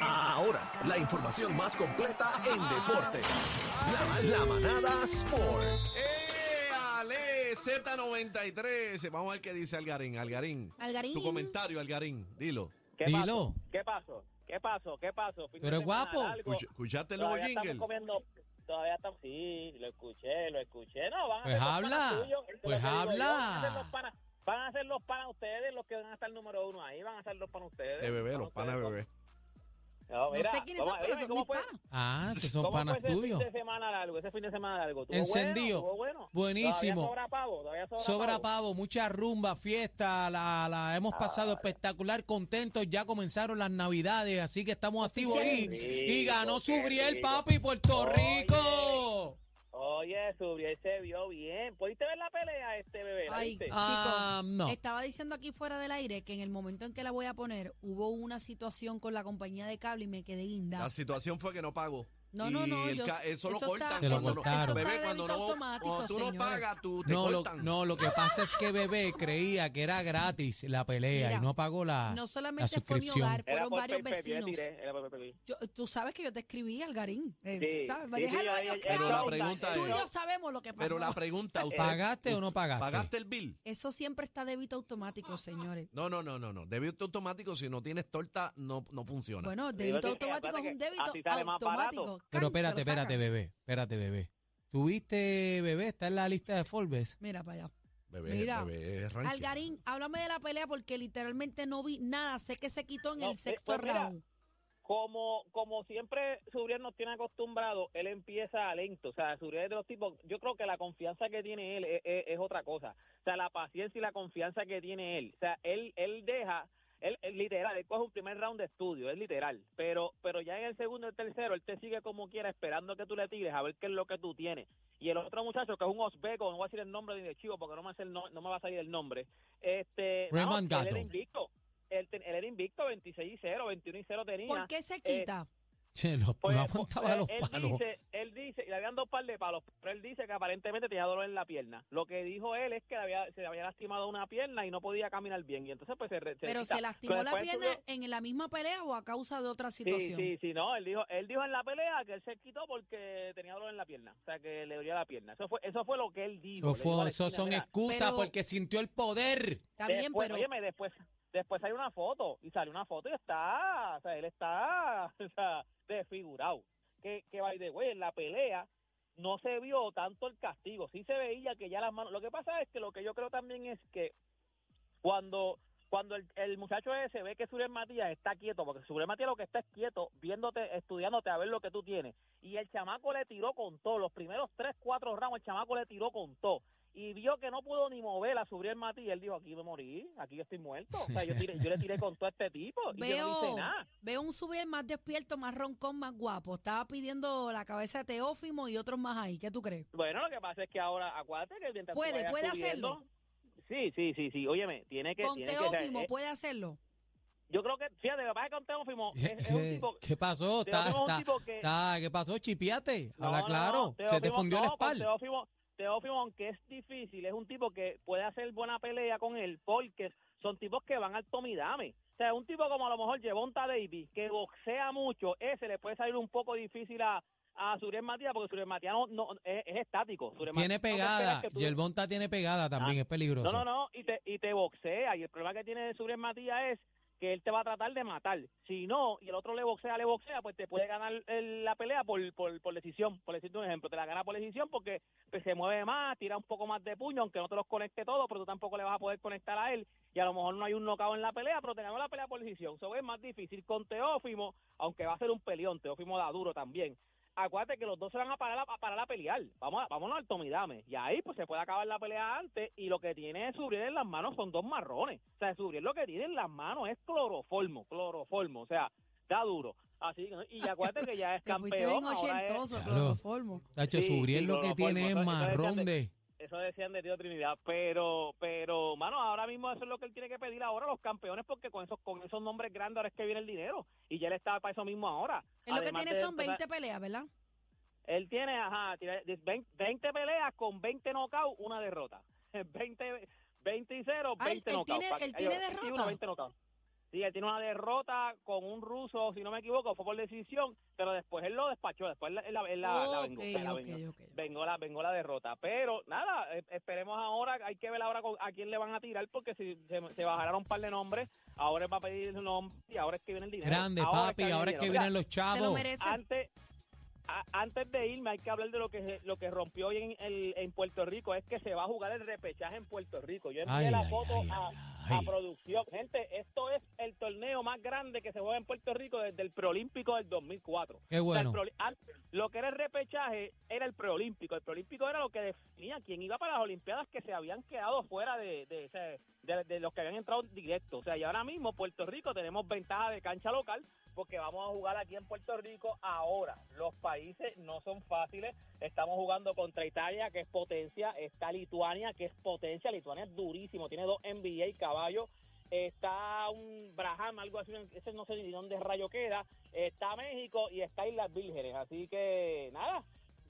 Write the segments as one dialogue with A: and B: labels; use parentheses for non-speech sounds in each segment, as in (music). A: Ahora, la información más completa en deporte. La, la manada Sport.
B: ¡Eh, Ale! Z93. Vamos a ver qué dice Algarín. Algarín.
C: Algarín.
B: Tu comentario, Algarín. Dilo.
D: ¿Qué
E: Dilo.
D: Pasó? ¿Qué pasó? ¿Qué pasó? ¿Qué pasó? Fin de
E: Pero es
D: semana
E: guapo.
D: largo.
B: Escuch- ¿Escuchaste el nuevo
D: Todavía estamos
B: jingle?
D: comiendo. Todavía estamos. Sí, lo escuché, lo escuché. No, van a
E: Pues
D: ser los
E: habla,
D: panas tuyos, eso es lo
E: pues
D: que digo yo,
E: habla.
D: Van a ser los panas- van a ser los panas ustedes, los que van a estar número uno ahí. Van a ser los panas ustedes.
B: De bebé, los panas
D: panas
B: de
D: ustedes.
B: bebé.
D: No,
C: No
D: mira,
C: sé quiénes son,
D: vamos a-
C: pero
D: dime,
C: son
D: ¿cómo
C: mis
D: fue-
C: panas.
E: Ah, esos son
D: ¿Cómo
E: panas
D: fue ese
E: tuyos.
D: fin de semana largo? Ese fin de semana largo. ¿Estuvo
E: Encendido.
D: Bueno, ¿Estuvo bueno?
E: Buenísimo.
D: Todavía sobra pavo. Todavía sobra,
E: Sobra
D: pavo.
E: pavo, mucha rumba, fiesta, la, la hemos
D: Ah,
E: pasado espectacular, contentos, ya comenzaron las navidades, así que estamos activos ahí.
D: Rico,
E: Y ganó
D: qué
E: Subriel,
D: rico.
E: papi, Puerto
D: Oye.
E: Rico.
D: Oye, Subriel se vio bien. ¿Pudiste ver la pelea, este bebé? ¿La
C: Ay,
D: viste?
C: chico,
E: Ah, no.
C: estaba diciendo aquí fuera del aire que en el momento en que la voy a poner hubo una situación con la compañía de cable y me quedé guinda.
B: La situación fue que no pago.
C: No,
B: Y
C: no, no,
B: el
C: yo-
B: ca- eso, lo
C: eso está-
B: cortan.
E: Se lo
B: cuando no-
E: cortaron.
B: Bebé,
C: Eso está de
B: cuando,
C: débito
B: no,
C: automático,
B: cuando tú
C: señores.
B: no pagas, tú te
E: No lo,
B: cortan.
E: no, lo que pasa es que Bebé creía que era gratis la pelea
C: Mira,
E: y no pagó la,
C: no
E: la
C: solamente fue mi
E: suscripción.
C: hogar,
D: Era
C: fueron
D: por
C: varios
D: pay-per-view, yo
C: vecinos.
D: tiré, era por pay-per-view.
C: Yo- tú sabes que yo te escribí, Algarín. Eh,
D: Sí,
C: tú sabes,
D: sí,
C: déjalo
D: sí,
C: a ellos
D: yo-
C: que
B: Pero la
C: hablen.
B: pregunta
C: Tú y
B: es-
C: yo sabemos lo que pasó.
B: Pero la
E: (laughs)
B: pregunta, ¿usted
E: ¿Pagaste o no pagaste?
B: ¿Pagaste el bill?
C: Eso siempre está débito automático, señores.
B: No, no, no, no, no. Débito automático, si no tienes torta, no, no funciona.
C: Bueno,
D: Débito
C: débito
D: automático,
C: automático es un
D: acuérdate que
C: débito
D: así sale más barato.
C: automático.
E: Pero
C: Can,
E: espérate,
C: te lo
E: espérate,
C: sacan.
E: Bebé, espérate, Bebé. ¿Tuviste Bebé? Está en la lista de Forbes. (laughs)
C: Mira para allá.
B: bebé,
C: Mira,
B: bebé, es rancho.
C: Algarín, háblame de la pelea porque literalmente no vi nada. Sé que se quitó en
D: No,
C: el
D: eh,
C: sexto
D: pues mira,
C: round.
D: como, como siempre Subriel nos tiene acostumbrado, él empieza lento. O sea, Subriel es de los tipos, yo creo que la confianza que tiene él es, es- es otra cosa. O sea, la paciencia y la confianza que tiene él. O sea, él, él deja, él, él literal, él coge un primer round de estudio, es literal. Pero, pero ya en el segundo y el tercero, él te sigue como quiera, esperando que tú le tires, a ver qué es lo que tú tienes. Y el otro muchacho, que es un osbeco, no voy a decir el nombre de chivo porque no me, hace el no, no me va a salir el nombre. Este,
E: Raymond
D: él era
E: Gatto.
D: invicto. Él, te- él era invicto, 26 y 0, 21 y 0 tenía.
C: ¿Por qué se quita?
E: Che, lo-
D: Pues,
E: no aguantaba
D: pues,
E: los
D: él
E: palos.
D: Dice, él dice, y le habían dos par de palos, pero él dice que aparentemente tenía dolor en la pierna. Lo que dijo él es que le había, se le había lastimado una pierna y no podía caminar bien. Y entonces, pues se. re- se
C: pero
D: quita.
C: se lastimó
D: Pero
C: la
D: después
C: pierna
D: subió-
C: en la misma pelea o a causa de otra
D: Sí,
C: situación.
D: sí, sí, no, él dijo, él dijo en la pelea que él se quitó porque tenía dolor en la pierna, o sea, que le dolía la pierna. Eso fue, eso fue lo que él dijo.
E: Eso
D: Le dijo a
E: fue-
D: la
E: eso
D: esquina,
E: son
D: mira,
E: excusas
C: Pero-
E: porque sintió el poder.
C: Está bien,
D: después,
C: pero
D: óyeme, después, después salió una foto y salió una foto y está, o sea, él está, (laughs) o sea, desfigurado. Que, que by the way, en la pelea no se vio tanto el castigo, sí se veía que ya las manos, lo que pasa es que lo que yo creo también es que cuando cuando el, el muchacho ese ve que Suriel Matías está quieto, porque Suriel Matías lo que está es quieto, viéndote, estudiándote a ver lo que tú tienes. Y el chamaco le tiró con todo, los primeros tres, cuatro rounds, el chamaco le tiró con todo. Y vio que no pudo ni mover a Suriel Matías. Él dijo, aquí me morí, aquí yo estoy muerto. O sea, yo, tiré- yo le tiré con todo a este tipo. Y yo no
C: veo,
D: hice nada.
C: veo un subir más despierto, más roncón, más guapo. Estaba pidiendo la cabeza de Teófimo y otros más ahí. ¿Qué tú crees?
D: Bueno, lo que pasa es que ahora, acuérdate que mientras tú
C: Puede,
D: vayas
C: puede
D: subiendo-
C: hacerlo.
D: Sí, sí, sí, sí. Óyeme, tiene que...
C: Con
D: tiene que- o sea,
C: Teófimo,
D: eh,
C: ¿puede hacerlo?
D: yo creo que, fíjate, lo que pasa es que con
E: (laughs)
D: Teófimo es, (laughs) es un tipo...
E: ¿Qué pasó?
D: Teófimo
E: Está,
D: es un
E: está,
D: tipo que-
E: está- ¿Qué pasó? Chipiate.
D: No,
E: Habla
D: no,
E: claro.
D: no,
E: Se te
D: Teófimo-
E: fundió
D: no,
E: la
D: con
E: espalda.
D: Teófimo, Teófimo, aunque es difícil, es un tipo que puede hacer buena pelea con él porque son tipos que van al tomidame. O sea, un tipo como a lo mejor Jevonta Davis, que boxea mucho, ese le puede salir un poco difícil a, a Suriel Matías porque Suriel Matías no, no- es, es estático. Suriel
E: Tiene
D: Matías, no te
E: pegada.
D: esperas que tú-
E: Y el Bonta tiene pegada también.
D: Ah,
E: es peligroso.
D: no, no, no, y te, y te boxea. Y el problema que tiene Suriel Matías es que él te va a tratar de matar. Si no, y el otro le boxea, le boxea, pues te puede ganar el- la pelea por, por, por decisión. Por decirte un ejemplo, te la gana por decisión porque pues, se mueve más, tira un poco más de puño, aunque no te los conecte todos, pero tú tampoco le vas a poder conectar a él. Y a lo mejor no hay un knockout en la pelea, pero te ganó la pelea por decisión. Eso es más difícil con Teófimo, aunque va a ser un peleón. Teófimo da duro también. Acuérdate que los dos se van a parar a, a parar a pelear. Vamos a, vámonos al tomidame. Y ahí pues se puede acabar la pelea antes. Y lo que tiene Subriel en las manos son dos marrones. O sea, Subriel lo que tiene en las manos es cloroformo, cloroformo. O sea, da duro. Así que, y acuérdate que ya
C: (laughs)
D: es
C: Te fuiste
D: campeón.
C: bien
D: ahora es-
C: ochentoso,
E: Claro.
C: cloroformo.
E: Tacho,
D: Sí,
E: Subriel
D: sí,
E: lo
D: no,
E: que
D: no,
E: tiene es
D: forma, eso- eso es
E: marrón
D: grande.
E: de.
D: eso decían de Tío Trinidad, pero, pero, mano, ahora mismo eso es lo que él tiene que pedir ahora a los campeones, porque con esos, con esos nombres grandes ahora es que viene el dinero, y ya él está para eso mismo ahora.
C: Él lo que
D: Además
C: tiene
D: de-
C: son
D: o sea,
C: 20 peleas, ¿verdad?
D: él tiene, ajá, tiene 20, 20 peleas con 20 knockouts, una derrota. (laughs) 20, 20 y 0,
C: Ah, él-
D: 20
C: él
D: knockouts.
C: tiene-
D: Pa' que-
C: él tiene
D: ay, 21,
C: derrota.
D: 20 knockouts. Sí, él tiene una derrota con un ruso, si no me equivoco, fue por decisión, pero después él lo despachó, después él, la, él la- la
C: Ok,
D: vengó, la
C: ok,
D: vengó.
C: ok, ok.
D: Vengó la, vengó la derrota. Pero nada, e- esperemos ahora, hay que ver ahora con- a quién le van a tirar, porque si se, se bajaron un par de nombres, ahora él va a pedir un nombre y ahora es que viene el dinero.
E: Grande,
D: Ahora
E: papi, ahora es que
D: dinero.
E: vienen los
C: Se lo
E: chavos.
C: merece.
D: Mira, antes, a- antes de irme hay que hablar de lo que se- lo que rompió hoy en, el- en Puerto Rico, es que se va a jugar el repechaje en Puerto Rico. Yo envié
E: Ay,
D: la
E: ay,
D: foto
E: ay,
D: a,
E: ay, ay.
D: a producción. Gente, esto es el torneo más grande que se juega en Puerto Rico desde el preolímpico del 2004.
E: Qué
D: O sea, el
E: bueno.
D: preoli- antes, lo que era el repechaje era el preolímpico. El preolímpico era lo que definía quién iba para las Olimpiadas que se habían quedado fuera de, de, ese- de- de los que habían entrado directo. O sea, y ahora mismo Puerto Rico tenemos ventaja de cancha local porque vamos a jugar aquí en Puerto Rico ahora. Los países no son fáciles. Estamos jugando contra Italia, que es potencia. Está Lituania, que es potencia. Lituania es durísimo. Tiene dos NBA caballos. Está un Braham, algo así. Ese no sé ni dónde rayo queda. Está México y está Islas Vírgenes. Así que nada.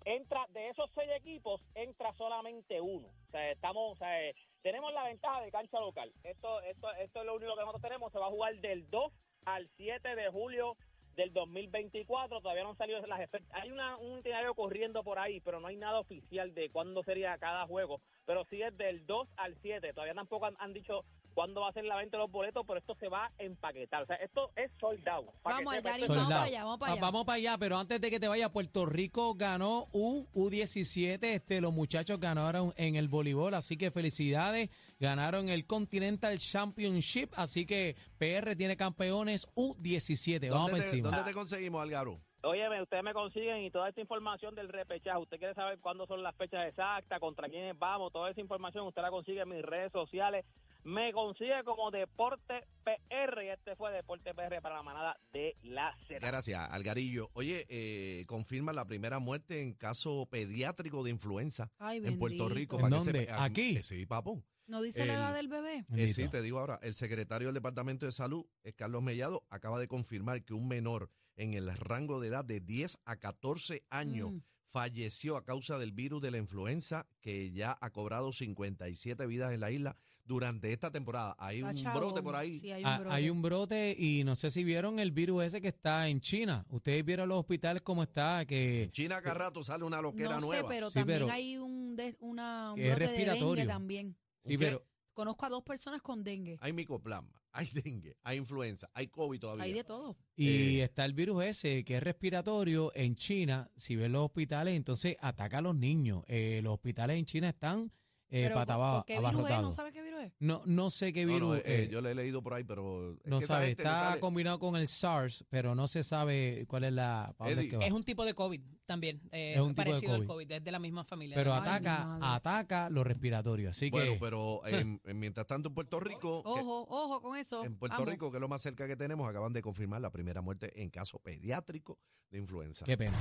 D: Entra de esos seis equipos, entra solamente uno. O sea, estamos, o sea, eh, tenemos la ventaja de cancha local. Esto, esto, esto es lo único que nosotros tenemos. Se va a jugar del 2 al 7 de julio del 2024. Todavía no han salido las espe- Hay una, un itinerario corriendo por ahí, pero no hay nada oficial de cuándo sería cada juego. Pero sí es del 2 al 7. Todavía tampoco han, han dicho cuándo va a ser la venta de los boletos, pero esto se va a empaquetar. O sea, esto es soldado.
C: Vamos allá, Lin, vamos
E: Soldado.
C: para allá, vamos para
E: Ah,
C: allá.
E: vamos para allá, pero antes de que te vaya, Puerto Rico ganó U, U17, este, los muchachos ganaron en el voleibol, así que felicidades, ganaron el Continental Championship, así que PR tiene campeones U17,
B: ¿Dónde
E: vamos para
B: te,
E: encima.
B: dónde te conseguimos, Álvaro?
D: Óyeme, ustedes me consiguen y toda esta información del repechaje. Usted quiere saber cuándo son las fechas exactas, contra quiénes vamos, toda esa información usted la consigue en mis redes sociales. Me consigue como Deporte PR y este fue Deporte PR para la manada de la Z.
B: Gracias, Algarillo. Oye, eh, confirma la primera muerte en caso pediátrico de influenza
C: Ay,
B: en Puerto
C: bendito.
B: Rico.
E: ¿En
B: para que
E: dónde?
B: sepa-
E: ¿Aquí?
B: Eh, Sí, papo.
C: ¿No dice la
B: el-
C: edad del bebé?
B: Eh, sí,
E: Bendito.
B: te digo ahora, el secretario del Departamento de Salud, eh, Carlos Mellado, acaba de confirmar que un menor en el rango de edad de 10 a 14 años
C: Mm.
B: falleció a causa del virus de la influenza que ya ha cobrado 57 vidas en la isla durante esta temporada. Hay
C: Está
B: un
C: chabón.
B: brote por ahí.
C: Sí, hay un
E: Ah,
C: brote.
E: Hay un brote y no sé si vieron el virus ese que está en China. Ustedes vieron los hospitales cómo está, que
B: En China cada rato sale una loquera
C: no sé,
B: nueva.
C: pero
E: Sí,
C: también
E: pero-
C: hay un, des- una, un
E: Que es
C: brote de dengue
E: respiratorio.
C: también.
E: sí,
B: ¿Qué?
E: pero
C: Conozco a dos personas con dengue.
B: Hay micoplasma, hay dengue, hay influenza, hay COVID todavía.
C: Hay de todo.
E: y
B: Eh.
E: está el virus ese que es respiratorio en China. Si ven los hospitales, entonces ataca a los niños. Eh, los hospitales en China están eh,
C: Pero
E: pata
C: ¿con-
E: abajo,
C: con ¿Qué virus es? ¿No
E: abarrotados.
C: sabes qué virus es?
E: No, no sé qué
B: No,
E: virus.
B: no, eh,
E: eh,
B: yo lo he leído por ahí, pero... es
E: no
B: que esa
E: sabe,
B: gente no
E: está
B: sale.
E: combinado con el SARS, pero no se sabe cuál es la. pa' dónde es
B: Eddie.
E: que va.
F: Es un tipo de COVID también. eh,
E: Es un tipo de
F: parecido
E: COVID.
F: al COVID, es de la misma familia.
E: Pero
F: Ay,
E: ataca,
C: mi madre.
E: ataca los respiratorios. Así
B: Bueno,
E: que.
B: pero em, em, mientras tanto en Puerto Rico... que-
C: Ojo, ojo con eso.
B: En Puerto
C: Vamos.
B: Rico, que es lo más cerca que tenemos, acaban de confirmar la primera muerte en caso pediátrico de influenza.
E: Qué pena.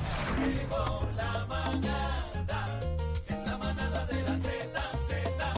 A: La manada, es la manada de la Z.